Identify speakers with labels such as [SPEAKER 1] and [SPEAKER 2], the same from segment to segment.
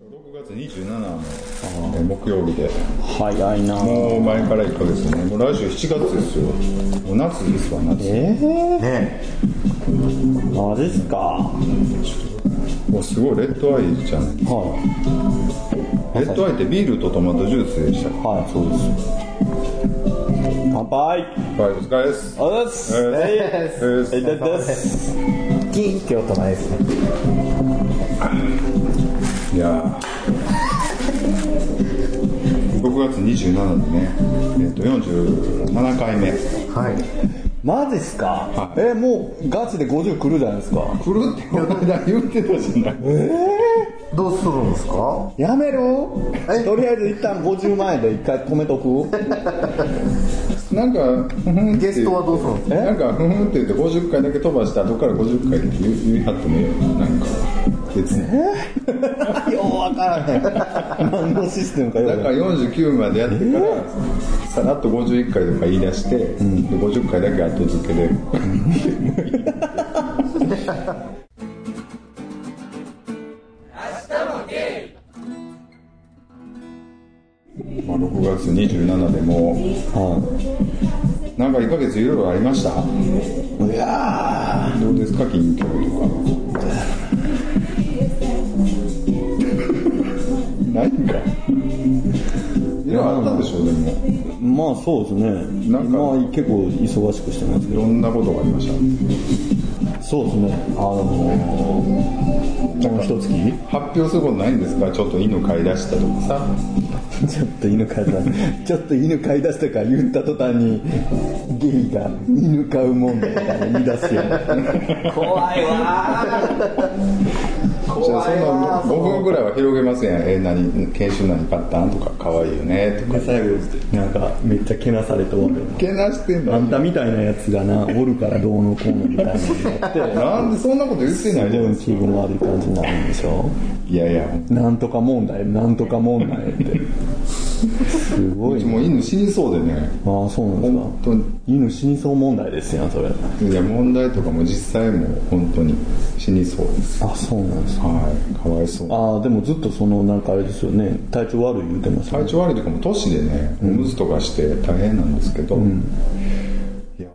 [SPEAKER 1] 6月27のえー木曜日で、
[SPEAKER 2] 早いな
[SPEAKER 1] もう前から1ヶ月ね、もう来週7月ですよ、もう夏ですわ、夏。ね
[SPEAKER 2] えー、
[SPEAKER 1] え
[SPEAKER 2] マジっすかは
[SPEAKER 1] もうすごい、レッドアイじゃない。レッドアイってビールとトマトジュースでしたっ
[SPEAKER 2] いはいそうです乾杯
[SPEAKER 1] け。はい、お疲れです。
[SPEAKER 2] あざっす
[SPEAKER 1] お疲れ
[SPEAKER 2] えい
[SPEAKER 1] です
[SPEAKER 2] えいだです
[SPEAKER 3] 近京都ないですね
[SPEAKER 1] いやー6月27でね、えっと47回目
[SPEAKER 3] はい
[SPEAKER 2] マジっすか
[SPEAKER 1] はい
[SPEAKER 2] えもうガチで50来るじゃないですか
[SPEAKER 1] 来るってこの間言ってたじゃない
[SPEAKER 3] どうするんですか
[SPEAKER 2] やめろとりあえず一旦50万円で一回止めとく
[SPEAKER 1] なんかふふんって
[SPEAKER 3] ゲストはどうするんですか
[SPEAKER 1] なんかふふんって言って50回だけ飛ばした後から50回って言う言い張ってねなんか別に
[SPEAKER 2] ようわから へん何のシステムかよう
[SPEAKER 1] だから49までやってからさらっと51回とか言い出して、で50回だけ後付けでまあ6月27でもうなんか1ヶ月いろいろありました
[SPEAKER 2] いや
[SPEAKER 1] どうですか近況とか ないんかいやあったでしょでも
[SPEAKER 2] ーまあそうですね
[SPEAKER 1] なんか
[SPEAKER 2] まあ結構忙しくしてます
[SPEAKER 1] いろんなことがありました
[SPEAKER 2] そうですねあのー、もう一月
[SPEAKER 1] 発表することないんですかちょっと犬飼い出したとかさ
[SPEAKER 2] ちょっと犬飼い出すちょっと犬飼い出すとか言った途端にゲイが犬飼う問題から言い出すよ怖い わ
[SPEAKER 1] じゃあそんな5分ぐらいは広げませんやんえ何研修何買ったんとか可愛いよねとか
[SPEAKER 2] で最後なんかめっちゃけなされて終わる
[SPEAKER 1] けなしてん
[SPEAKER 2] あ
[SPEAKER 1] だ
[SPEAKER 2] んたみたいなやつがなおるからどうのこうのみたいなのやって
[SPEAKER 1] なんでそんなこと言ってないじゃないです
[SPEAKER 2] す
[SPEAKER 1] か
[SPEAKER 2] ごい気分悪い感じになるんでしょ
[SPEAKER 1] いやいや
[SPEAKER 2] なんとか問題なんとか問題ってすご
[SPEAKER 1] う
[SPEAKER 2] い
[SPEAKER 1] ちもう犬死にそうでね
[SPEAKER 2] ああそうなんですか
[SPEAKER 1] 本当に
[SPEAKER 2] 犬死にそう問題ですやんそれ
[SPEAKER 1] いや問題とかも実際もう本当に死にそうです
[SPEAKER 2] あそうなんですか
[SPEAKER 1] はいかわいそう
[SPEAKER 2] ああでもずっとそのなんかあれですよね体調悪い言うてました、
[SPEAKER 1] 体調悪いとかも都市でねおむつとかして大変なんですけど、いや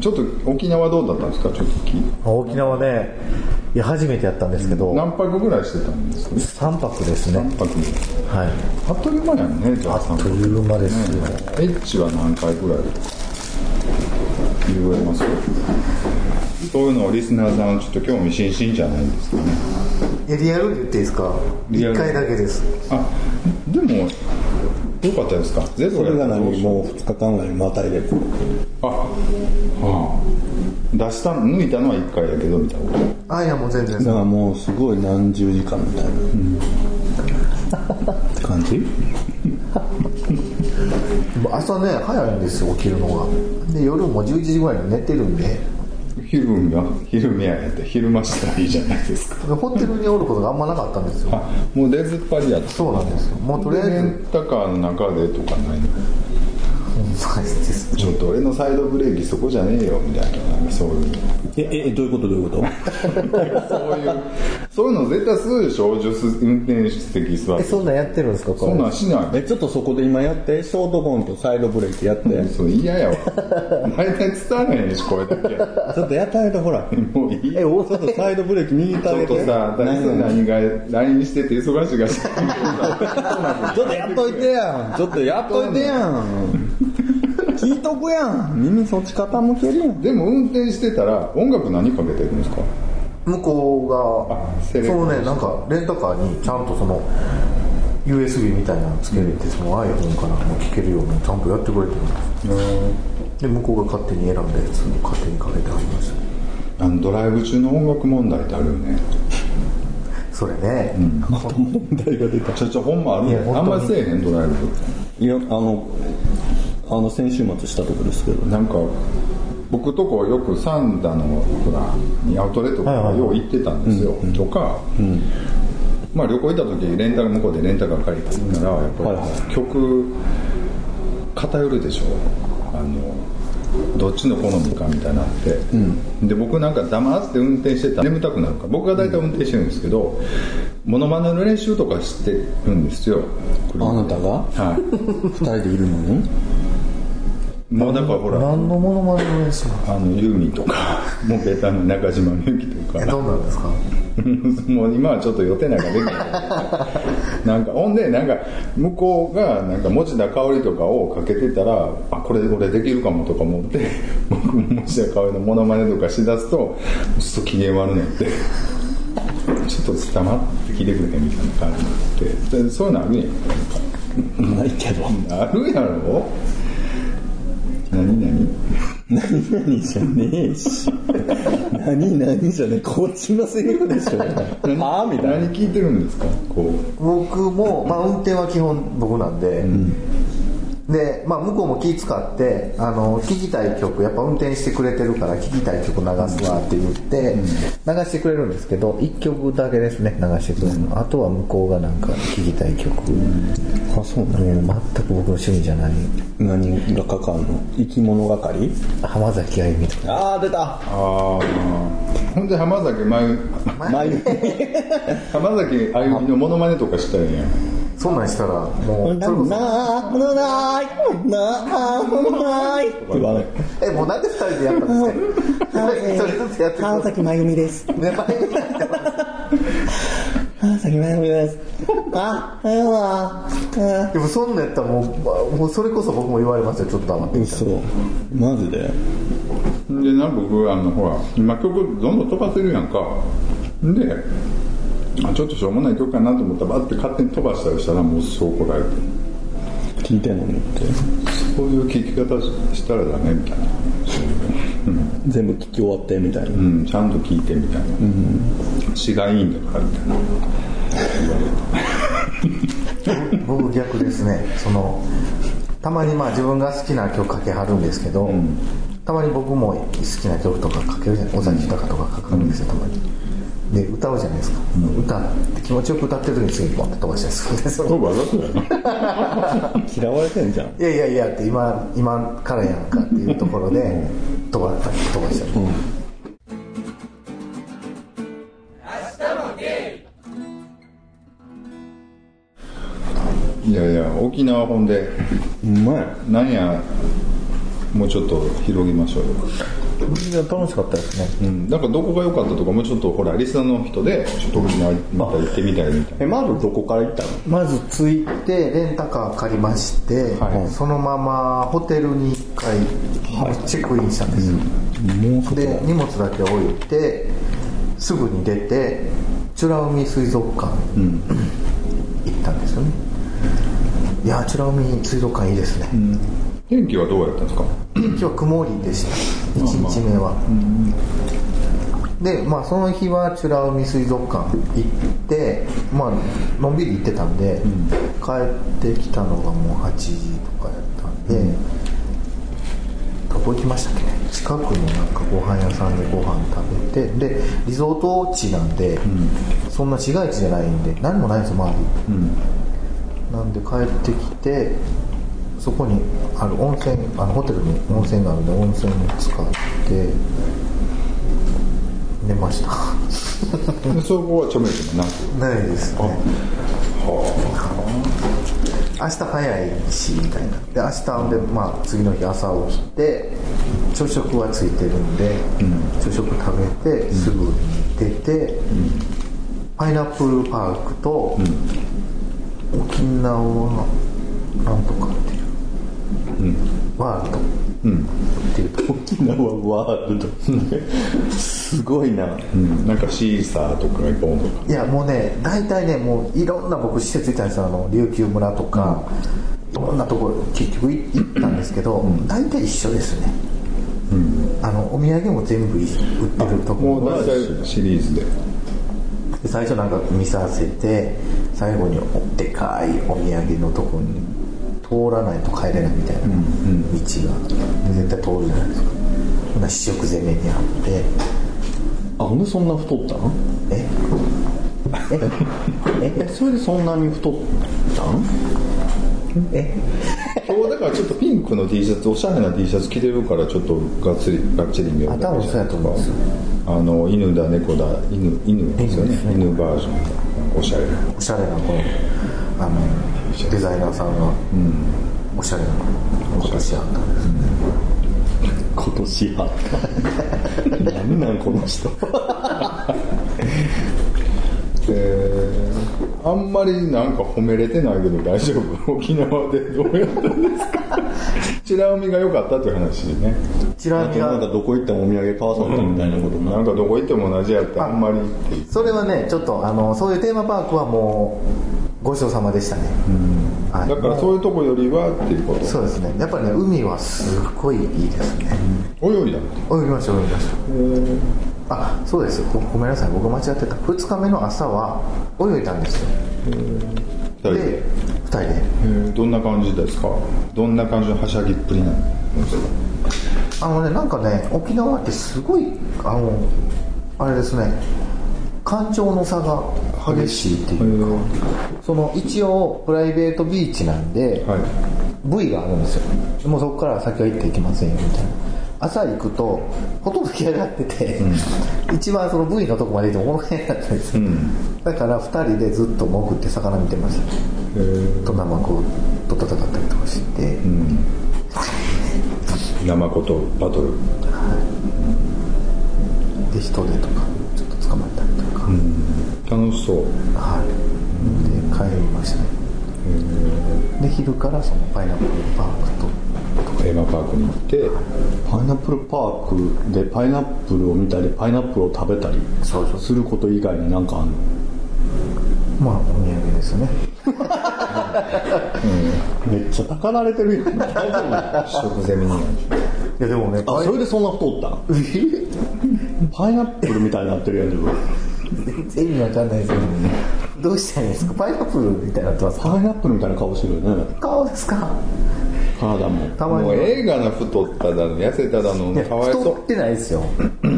[SPEAKER 1] ちょっと沖縄どうだったんですかちょっと聞いて
[SPEAKER 3] 沖縄ねいや初めてやったんですけど
[SPEAKER 1] 何泊ぐらいしてたんですか
[SPEAKER 3] 3泊ですね
[SPEAKER 1] 何泊ぐらい
[SPEAKER 3] はい
[SPEAKER 1] あっという間やんねじゃあ
[SPEAKER 3] あ
[SPEAKER 1] 3
[SPEAKER 3] っと
[SPEAKER 1] 泊
[SPEAKER 3] いう間ですよ
[SPEAKER 1] エッチは何回ぐらい言えますそういうのをリスナーさんちょっと興味津々じゃないんですかね
[SPEAKER 3] えリアルで言っていいですか
[SPEAKER 1] リアル
[SPEAKER 3] 1回だけです
[SPEAKER 1] あでもよかったですかゼロ
[SPEAKER 2] それが
[SPEAKER 1] どう
[SPEAKER 2] 何
[SPEAKER 1] しよう
[SPEAKER 2] もう2日間ぐらいまたいで
[SPEAKER 1] あ、はあ、出した抜いたのは1回やけどみたいな
[SPEAKER 3] あいやもう全然
[SPEAKER 2] だからもうすごい何十時間みたいな、って感じ
[SPEAKER 3] 朝ね早いんですよ起きるのがで夜も11時ぐらいに寝てるんで
[SPEAKER 1] 昼が昼目ややって昼間したらいいじゃないですか
[SPEAKER 3] でホテルにおることがあんまなかったんですよ
[SPEAKER 1] あもう出ずっぱりやった
[SPEAKER 3] そうなんですよもうとりあえ
[SPEAKER 1] レ
[SPEAKER 3] ず
[SPEAKER 1] ンタカーの中でとかないの
[SPEAKER 3] そうです
[SPEAKER 1] ちょっと俺のサイドブレーキそこじゃねえよみたいななんかそう いう
[SPEAKER 2] えええどういうことどういうこと
[SPEAKER 1] そういうそういうの絶対するでしょ助手運転席座っ
[SPEAKER 3] え
[SPEAKER 1] て
[SPEAKER 3] そんなんやってるんですかこ
[SPEAKER 1] そ
[SPEAKER 3] れ
[SPEAKER 1] んなんしない
[SPEAKER 2] えちょっとそこで今やってショートコントサイドブレーキやってち
[SPEAKER 1] そう嫌やわ大体伝わらへんしこれだけ
[SPEAKER 2] ょっとやってあげてほらち
[SPEAKER 1] もういい
[SPEAKER 3] え大
[SPEAKER 2] ょっとサイドブレーキ右手
[SPEAKER 1] ち
[SPEAKER 2] あ
[SPEAKER 1] ょ
[SPEAKER 2] げ
[SPEAKER 1] っと
[SPEAKER 2] て
[SPEAKER 1] さ、
[SPEAKER 2] 何
[SPEAKER 1] 何
[SPEAKER 2] 々
[SPEAKER 1] 何が LINE してて忙しいがし、
[SPEAKER 2] ちょっとやっといてやんちょっとやっといてやん聞いとくやん耳そっち傾けるや ん
[SPEAKER 1] でも運転してたら、音楽何かけてるんですか
[SPEAKER 3] 向こう
[SPEAKER 1] あ
[SPEAKER 3] が
[SPEAKER 1] セレクト
[SPEAKER 3] そのねなんかレンタカーにちゃんとその USB みたいなのつけれて、その iPhone からも聴けるようにちゃんとやってくれてるんですで向こうが勝手に選んだやつを勝手にかけてありまし
[SPEAKER 1] あのドライブ中の音楽問題ってあるよね。
[SPEAKER 3] たそれね、
[SPEAKER 2] 問題が出た
[SPEAKER 1] ちょちょ、ほんまある
[SPEAKER 3] いや
[SPEAKER 1] よ。あん
[SPEAKER 3] 本当
[SPEAKER 1] ま
[SPEAKER 3] に
[SPEAKER 1] りせえへん、ドライブ。
[SPEAKER 2] いやあのあの先週末したとこですけどね
[SPEAKER 1] なんか、僕とこよくサンダの、ほら、にアウトレットとか
[SPEAKER 3] はいはい
[SPEAKER 1] よう行ってたんですよ。とか、まあ旅行行った時、レンタル向こうでレンタカー借りてたから、やっ
[SPEAKER 2] はい
[SPEAKER 1] ぱ
[SPEAKER 2] は
[SPEAKER 1] 曲、偏るでしょ。あのどっちの好みかみたいなのあって、で僕なんか黙って運転してたら眠たくなるから僕が大体運転してるんですけどモノマネの練習とかしてるんですよ
[SPEAKER 2] あなたが
[SPEAKER 1] はい
[SPEAKER 2] 二人でいるのに
[SPEAKER 1] もうだから ほら
[SPEAKER 3] 何のモノマネのやつなの
[SPEAKER 1] あのユーミンとかもうベタな中島みゆきと
[SPEAKER 3] え
[SPEAKER 1] か
[SPEAKER 3] どうなんですか
[SPEAKER 1] もう今はちょっと予定なんかできないなんかほんでなんか向こうがなんか持田香織とかをかけてたらあこれ俺できるかもとか思って 僕も持田香織のモノマネとかしだすとちょっと機嫌悪ねってちょっと黙って聞いてくれみたいな感じになってでそういうのあるや
[SPEAKER 2] ないけど
[SPEAKER 1] んあるやろ何何
[SPEAKER 2] 何々じゃねえし何々じゃねえこっちのセリフでしょああみたいな
[SPEAKER 1] 何聞いてるんですかこ
[SPEAKER 3] 僕も、まあ、運転は基本僕なんで、で、まあ、向こうも気使ってあの聞きたい曲やっぱ運転してくれてるから聞きたい曲流すわって言って、流してくれるんですけど1曲だけですね流してくれるの、あとは向こうがなんか聞きたい曲、
[SPEAKER 2] あそうなの
[SPEAKER 3] もう全く僕の趣味じゃない
[SPEAKER 2] 何がかかんの生き物係
[SPEAKER 3] 浜崎あゆみとか
[SPEAKER 2] ああ出た
[SPEAKER 1] うああほんで浜崎まゆ
[SPEAKER 2] 眉
[SPEAKER 1] 浜崎あゆみのモノマネとかしたいやん
[SPEAKER 3] そんなんしたらもうそれこそ
[SPEAKER 2] なあのないなあのないって言わない
[SPEAKER 3] えもうなんで2人でやったんですか 一人ずつやってくだ
[SPEAKER 2] 川
[SPEAKER 3] さい
[SPEAKER 2] 崎真由美です
[SPEAKER 3] ね前に
[SPEAKER 2] 川崎真由美ですあええわ
[SPEAKER 3] でもそんなんやったらもう,まあ、もうそれこそ僕も言われますよちょっと黙ってみたいな
[SPEAKER 2] 嘘マジで
[SPEAKER 1] でなんか僕あのほら今曲どんどん飛ばせるやんかであちょっとしょうもない曲かなと思ったらバッて勝手に飛ばしたりしたらもうそう怒られて
[SPEAKER 2] 聞いてんのにって
[SPEAKER 1] そういう聞き方したらダメみたいな
[SPEAKER 2] 全部聞き終わってみたいな
[SPEAKER 1] うんちゃんと聞いてみたいな、詩がいいんだからみたいな
[SPEAKER 3] 僕逆ですねそのたまにまあ自分が好きな曲かけはるんですけど、たまに僕も好きな曲とかかけるじゃない尾崎豊とかかかるんですよたまにで歌うじゃないですか、歌って気持ちよく歌ってる時に次ポンって飛ばしたりするんです
[SPEAKER 1] こ
[SPEAKER 3] よ
[SPEAKER 1] れわざとやな
[SPEAKER 2] 嫌われてんじゃん
[SPEAKER 3] いやいやいやって今今からやんかっていうところで飛ばったり飛ばしたり、
[SPEAKER 1] いやいや沖縄本で
[SPEAKER 2] うまい
[SPEAKER 1] なんやもうちょっと広げましょうよ
[SPEAKER 3] いや楽しかったですね
[SPEAKER 1] うん、なんかどこが良かったとかもうちょっとほらリスナーの人でちょっと沖縄また行ってみたいみたいな
[SPEAKER 2] えまずどこから行ったの
[SPEAKER 3] まず着いてレンタカー借りまして、
[SPEAKER 1] はい
[SPEAKER 3] そのままホテルに1回チェックインしたんですよ、
[SPEAKER 2] もうそ
[SPEAKER 3] で荷物だけ置いてすぐに出て美ら海水族館、行ったんですよねいやー美ら海水族館いいですね、
[SPEAKER 1] 天気はどうやったんですか
[SPEAKER 3] 今日は曇りでした1日目は、でまあその日は美ら海水族館行ってまあのんびり行ってたんで、帰ってきたのがもう8時とかやったんで、どこ行きましたっけね近くのなんかご飯屋さんでご飯食べてでリゾート地なんで、そんな市街地じゃないんで何もないんですよ周り、なんで帰ってきてそこにある温泉あのホテルに温泉があるんで温泉に使って寝ました
[SPEAKER 1] でそこは著名人もなく
[SPEAKER 3] ないですね明日早いしみたいなで明日で、まあ、次の日朝起きて朝食はついてるんで、朝食食べてすぐに出て、パイナップルパークと、沖縄なんとかっていう、ワールドっていうとこ
[SPEAKER 2] 沖縄ワールドすごいな
[SPEAKER 1] なんかシーサーとかボンとか
[SPEAKER 3] いやもうね大体ねもういろんな僕施設行ったんですよあの琉球村とか、いろんなとこ結局い行ったんですけど、大体一緒ですね、あのお土産も全部い売ってるとこ
[SPEAKER 1] もう大体シリーズで
[SPEAKER 3] で最初なんか見させて最後におでかいお土産のとこに通らないと帰れないみたいな道が、で絶対通るじゃないですかほんなら試食攻めにあって
[SPEAKER 2] あほんでそんな太ったの
[SPEAKER 3] え
[SPEAKER 2] えそれでそんなに太ったん
[SPEAKER 3] え
[SPEAKER 1] 今日だからちょっとピンクの T シャツおしゃれな T シャツ着てるからちょっとがっつりがっちり見える
[SPEAKER 3] あ多分そうやと思うんですよ
[SPEAKER 1] あの犬だ猫だ犬犬ですよね
[SPEAKER 3] 犬ですね
[SPEAKER 1] 犬バージョンみたいなおしゃれな
[SPEAKER 3] おしゃれなこのあのデザイナーさんが、おしゃれな今年あったんです
[SPEAKER 2] 今年あった何なんこの人
[SPEAKER 1] えーあんまりなんか褒めれてないけど大丈夫 沖縄でどうやったんですか チラ海が良かったっていう話ね
[SPEAKER 3] チラ
[SPEAKER 2] あ
[SPEAKER 3] 見
[SPEAKER 2] となんか
[SPEAKER 3] が
[SPEAKER 2] どこ行ってもお土産買わされたみたいなこと
[SPEAKER 1] な
[SPEAKER 2] なん
[SPEAKER 1] かどこ行っても同じやったあんまりっていう
[SPEAKER 3] それはねちょっとあのそういうテーマパークはもうごちそうさまでしたね、はい
[SPEAKER 1] だからそういうとこよりはっていうこと
[SPEAKER 3] そうですねやっぱりね海はすごいいいですね
[SPEAKER 1] 泳いだ
[SPEAKER 3] 泳ぎました泳ぎましたあそうですごごめんなさい僕間違ってた2日目の朝は泳いだんですよ
[SPEAKER 1] 二人
[SPEAKER 3] で
[SPEAKER 1] で
[SPEAKER 3] 2人で
[SPEAKER 1] えーどんな感じですかどんな感じのはしゃぎっぷりなんですか
[SPEAKER 3] あのねなんかね沖縄ってすごいあのあれですね感情の差が激しいっていう
[SPEAKER 1] う
[SPEAKER 3] その一応プライベートビーチなんで、
[SPEAKER 1] はい
[SPEAKER 3] V があるんですよもうそこから先は行っていきませんよみたいな朝行くとほとんど気合がってて、一番その V のとこまで行ってもこの辺だったんですよ、だから2人でずっと潜って魚見てました
[SPEAKER 1] えー
[SPEAKER 3] とナマコと戦ったりとかして、
[SPEAKER 1] ナマコとバトル
[SPEAKER 3] で人手とかちょっと捕まえたりとか、
[SPEAKER 1] 楽しそう
[SPEAKER 3] はい、で帰りましたね、で昼からそのパイナップルパークと
[SPEAKER 1] テーマパークに行って
[SPEAKER 2] パイナップルパークでパイナップルを見たりパイナップルを食べたり
[SPEAKER 3] そうそう
[SPEAKER 2] すること以外になんかあんの
[SPEAKER 3] まあお土産ですね
[SPEAKER 2] めっちゃたかられて るやん大丈夫
[SPEAKER 1] 食ゼミに
[SPEAKER 3] いやでもね
[SPEAKER 2] あそれでそんな太ったんパイナップルみたいになってるやん自分
[SPEAKER 3] 全然意味わかんないですけど、どうしたらいいんですかパイナップルみたいになってますか
[SPEAKER 2] パイナップルみたいな顔してるよね
[SPEAKER 3] 顔ですか
[SPEAKER 2] 体も
[SPEAKER 3] たまに
[SPEAKER 1] もう映画の太っただの痩せただの
[SPEAKER 3] いや
[SPEAKER 1] かわい
[SPEAKER 3] 太
[SPEAKER 1] そ
[SPEAKER 3] ってないですよ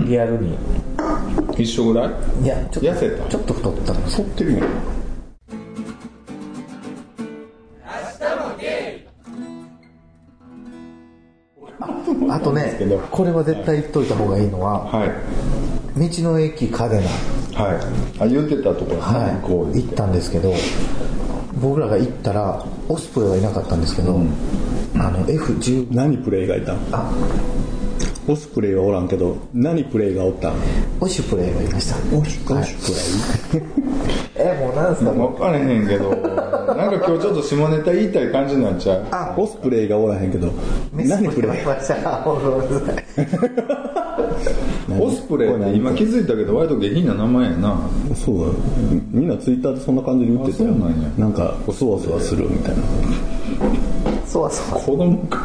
[SPEAKER 3] リアル
[SPEAKER 1] う
[SPEAKER 3] に
[SPEAKER 1] 一緒ぐらい
[SPEAKER 3] いやちょっと
[SPEAKER 1] 痩せた
[SPEAKER 3] ちょっと太ったんです
[SPEAKER 2] 太ってるやん
[SPEAKER 3] あとね
[SPEAKER 1] けど
[SPEAKER 3] これは絶対言っといた方がいいのは
[SPEAKER 1] はい
[SPEAKER 3] 道の駅カデナ
[SPEAKER 1] はいあ言ってたところ
[SPEAKER 3] はい、
[SPEAKER 1] こう
[SPEAKER 3] 行ったんですけど僕らが行ったらオスプレイはいなかったんですけど、あの F10
[SPEAKER 2] 何プレイがいたん
[SPEAKER 3] あ
[SPEAKER 2] オスプレイはおらんけど何プレイがおったん
[SPEAKER 3] オシュプレイがいました
[SPEAKER 2] オスプレイ
[SPEAKER 3] えもうなんですかも
[SPEAKER 1] 分からへんけどなんか今日ちょっと下ネタ言いたい感じになっちゃう
[SPEAKER 3] あ
[SPEAKER 2] オスプレイがおらへんけど
[SPEAKER 3] メス
[SPEAKER 2] 何プレ
[SPEAKER 3] がい
[SPEAKER 2] イ
[SPEAKER 3] ました ごめんなさい
[SPEAKER 1] オスプレイって今気づいたけど割と下品な名前やな
[SPEAKER 2] そうだよみんなツイッターでそんな感じに言ってたよ
[SPEAKER 1] あそうなんや
[SPEAKER 2] なんかそわそわするみたいな
[SPEAKER 3] そうそう
[SPEAKER 1] 子供か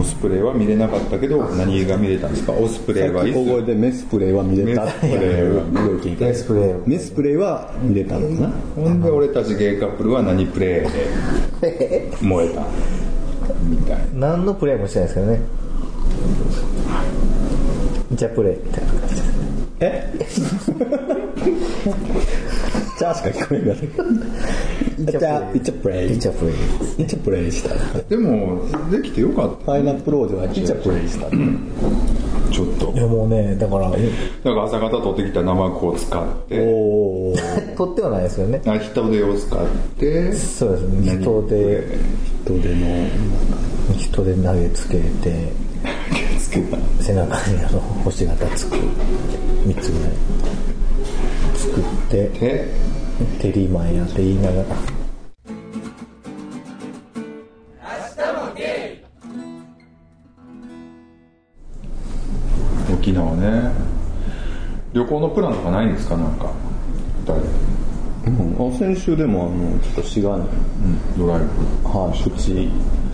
[SPEAKER 1] オスプレイは見れなかったけど何が見れたんですかオスプレイはい
[SPEAKER 2] 大
[SPEAKER 1] つ
[SPEAKER 2] 声でメスプレイは見れたっていう動き
[SPEAKER 3] メスプレイを
[SPEAKER 2] メスプレイは見れたのかな
[SPEAKER 1] ほんで俺たちゲイカップルは何プレイで 燃えたみたいな
[SPEAKER 3] 何のプレイもしてないですけどねじゃあプレイみたいな感じです
[SPEAKER 2] えじゃあしか聞こえない
[SPEAKER 3] イチャ
[SPEAKER 2] じゃあイチャプレイ
[SPEAKER 3] イチャプレイ
[SPEAKER 2] イチャプレイした
[SPEAKER 1] でもできてよかっ
[SPEAKER 2] パイナップル王子はイチャプレイした
[SPEAKER 1] たちょっと
[SPEAKER 3] いやもうねだから
[SPEAKER 1] なんか朝方取ってきたナマコを使って
[SPEAKER 2] おお
[SPEAKER 3] 取ってはないですよね
[SPEAKER 1] あ人手を使って
[SPEAKER 3] そうですね人で
[SPEAKER 2] 人での
[SPEAKER 3] 人で投げつけて
[SPEAKER 1] つけた
[SPEAKER 3] 背中にあの星形つく3つぐらい作って
[SPEAKER 1] で
[SPEAKER 3] テリーマンやって言いながら
[SPEAKER 1] 沖縄ね旅行のプランとかないんですかなんか二人
[SPEAKER 2] うん、あ先週でもあのちょっと滋賀に、
[SPEAKER 1] ドライブ
[SPEAKER 2] はい、プチ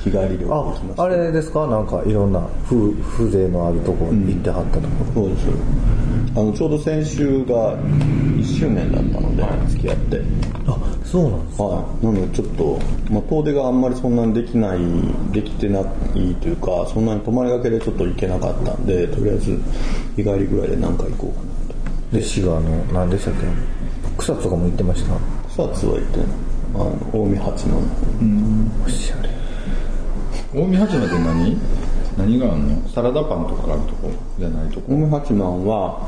[SPEAKER 2] 日帰り旅行しました
[SPEAKER 3] ああれですかなんかいろんな風風情のあるとこ行ってはったとこ、
[SPEAKER 2] そうですあのちょうど先週が1周年だったので、付き合って
[SPEAKER 3] あそうなんです
[SPEAKER 2] はいなのでちょっと、まあ、遠出があんまりそんなにできないできてないというかそんなに泊まりがけでちょっと行けなかったんでとりあえず日帰りぐらいで何回行こうかな
[SPEAKER 3] で滋賀の何でしたっけ草津とかも行ってました
[SPEAKER 2] 草津は行ってないあの近江八幡の
[SPEAKER 3] おしゃれ
[SPEAKER 1] 近江八幡って何何があんのサラダパンとかあるとこじゃないとこ
[SPEAKER 2] オム八幡は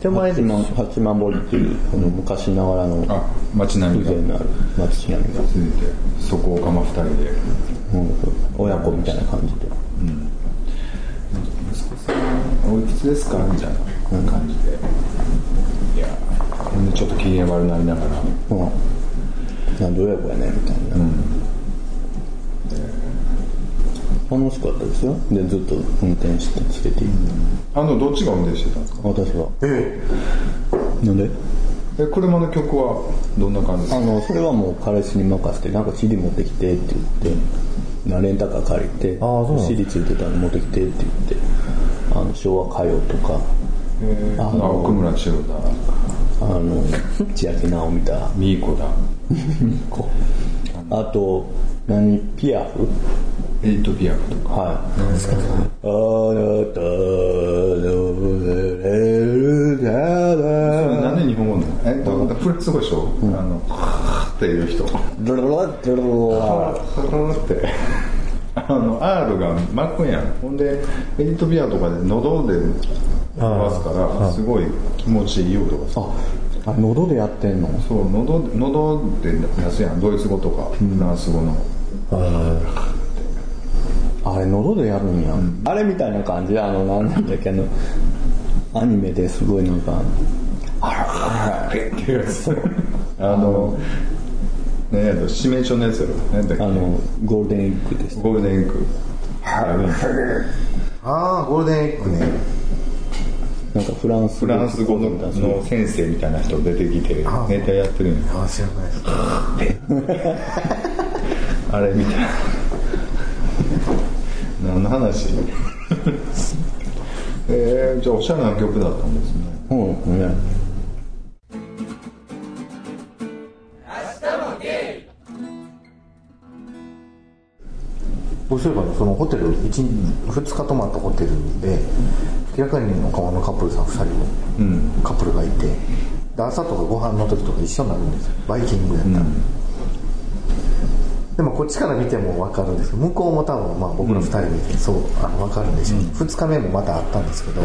[SPEAKER 3] 手前です
[SPEAKER 2] 八幡八幡堀っていうこの昔ながらの
[SPEAKER 1] あ街並みが
[SPEAKER 2] 風情のある町並みが、
[SPEAKER 1] 続いてそこを釜二人で
[SPEAKER 2] うん親子みたいな感じで
[SPEAKER 1] 息子さんおいくつですかみたいな感じで、いやーほんでちょっと機嫌悪なりながら
[SPEAKER 2] うんなんで親子やねみたいな、楽しかったですよでずっと運転して連れて行っ
[SPEAKER 1] あのどっちが運転してたんですか
[SPEAKER 2] た、私は
[SPEAKER 3] え
[SPEAKER 2] なんで
[SPEAKER 1] え車の曲はどんな感じです
[SPEAKER 2] あ
[SPEAKER 1] か
[SPEAKER 2] のそれはもう彼氏に任せてなんか CD 持ってきてって言ってなレンタカー借りて
[SPEAKER 3] ああそうなんだ
[SPEAKER 2] CD ついてたの持ってきてって言ってあの昭和歌謡とか
[SPEAKER 1] えー
[SPEAKER 2] あの
[SPEAKER 1] 奥村千代だ
[SPEAKER 2] あの千秋直美だ
[SPEAKER 1] ミーコだ
[SPEAKER 2] あと何ピアフ
[SPEAKER 1] エイトピアフとか
[SPEAKER 2] はい。あなたの濡れる
[SPEAKER 1] なん
[SPEAKER 2] 肌
[SPEAKER 1] で日本語なのえどうフランス語でしょ、あの「っていう人
[SPEAKER 2] ドロロドロ
[SPEAKER 1] ってあの R が巻くんやんほんでエイトビアとかで喉でますからすごい気持ちいいよとかさ
[SPEAKER 2] あ、あ喉でやってんの
[SPEAKER 1] そう喉で喉で出すやんドイツ語とかフランス語の
[SPEAKER 2] あれ喉でやるんや、あれみたいな感じあのなんなんだっけあのアニメですごいなんか
[SPEAKER 1] あれっていうやつ あの何やとシメーションのやつやろ何だっ
[SPEAKER 2] あ
[SPEAKER 1] け
[SPEAKER 2] のゴールデンウィークです
[SPEAKER 1] ゴールデンウィーク
[SPEAKER 3] えああゴールデンエッグね
[SPEAKER 2] なんかフランス
[SPEAKER 1] フランス語の
[SPEAKER 2] みたいな
[SPEAKER 1] の先生みたいな人出てきてネタやってるんや
[SPEAKER 3] ああ知らないです
[SPEAKER 1] あれみたいな 何の話 えー、じゃあおしゃれな曲だったんですね
[SPEAKER 2] うんね
[SPEAKER 3] 僕そういえばねそのホテル一日2日泊まったホテルで明らかにの川のカップルさん2人も、カップルがいてで朝とかご飯の時とか一緒になるんですよバイキングやったら、でもこっちから見ても分かるんですけど向こうも多分まあ僕ら2人見て、そうあの分かるんでしょう、2日目もまたあったんですけど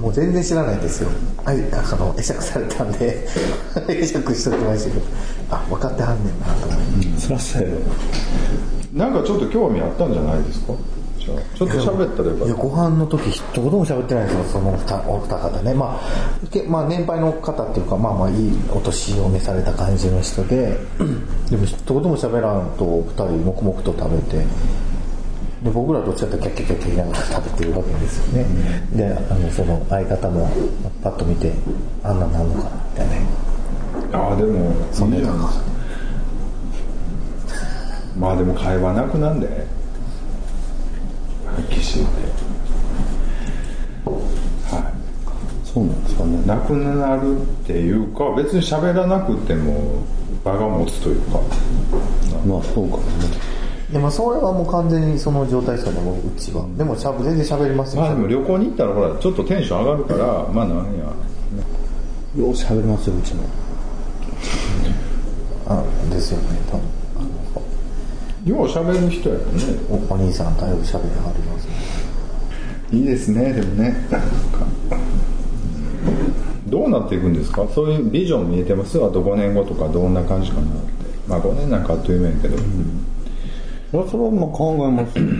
[SPEAKER 3] もう全然知らないんですよはいああの会釈されたんで 会釈しときましたけどあ分かってはんねんなと思って。
[SPEAKER 2] そらそうやろ
[SPEAKER 1] なんかちょっと興味あったんじゃないですかじゃあちょっと喋ったらよか
[SPEAKER 3] いや
[SPEAKER 1] っ
[SPEAKER 3] ご飯の時一言も喋ってないんですよそのお二お二方ね、まあけまあ、年配の方っていうかまあまあいいお年を召された感じの人で でも一言も喋らんと二人黙々と食べてで僕らどっちかっていうとキャッキャッキャッキャ言いながら食べてるわけですよね、であのその相方もパッと見てあんなんなんのかなみたいな
[SPEAKER 1] たああでもいいじゃないですかまあでも会話なくなんではっきりしてはい
[SPEAKER 2] そうなんですかね
[SPEAKER 1] なくなるっていうか別に喋らなくても場が持つというか
[SPEAKER 2] まあそうかもね
[SPEAKER 3] でまあそれはもう完全にその状態ですよねもううちはでもしゃぶ全然喋りますよ、
[SPEAKER 1] まあでも旅行に行ったらほらちょっとテンション上がるからまあなんや
[SPEAKER 2] よう喋りますようちも
[SPEAKER 3] あですよね多分
[SPEAKER 1] よう喋る人やもんね
[SPEAKER 3] おお兄さんだいぶ喋りはりますね
[SPEAKER 1] いいですねでもねなんか どうなっていくんですかそういうビジョン見えてますあと5年後とかどんな感じかなってまあ5年なんかあっという間やけど、
[SPEAKER 2] いやそれはまあ考えますよね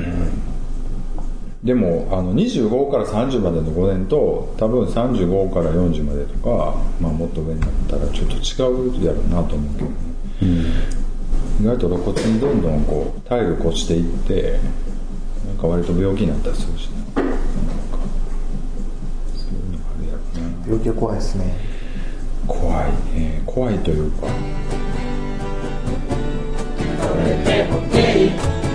[SPEAKER 1] でもあの25から30までの5年と多分35から40までとか、まあ、もっと上になったらちょっと違うやろうなと思うけどね、意外と露骨にどんどんこう体力落ちていってなんか割と病気になったりするしねなんかそういうのがあるやろな
[SPEAKER 3] 病気は怖いですね
[SPEAKER 1] 怖いね怖いというか
[SPEAKER 4] 「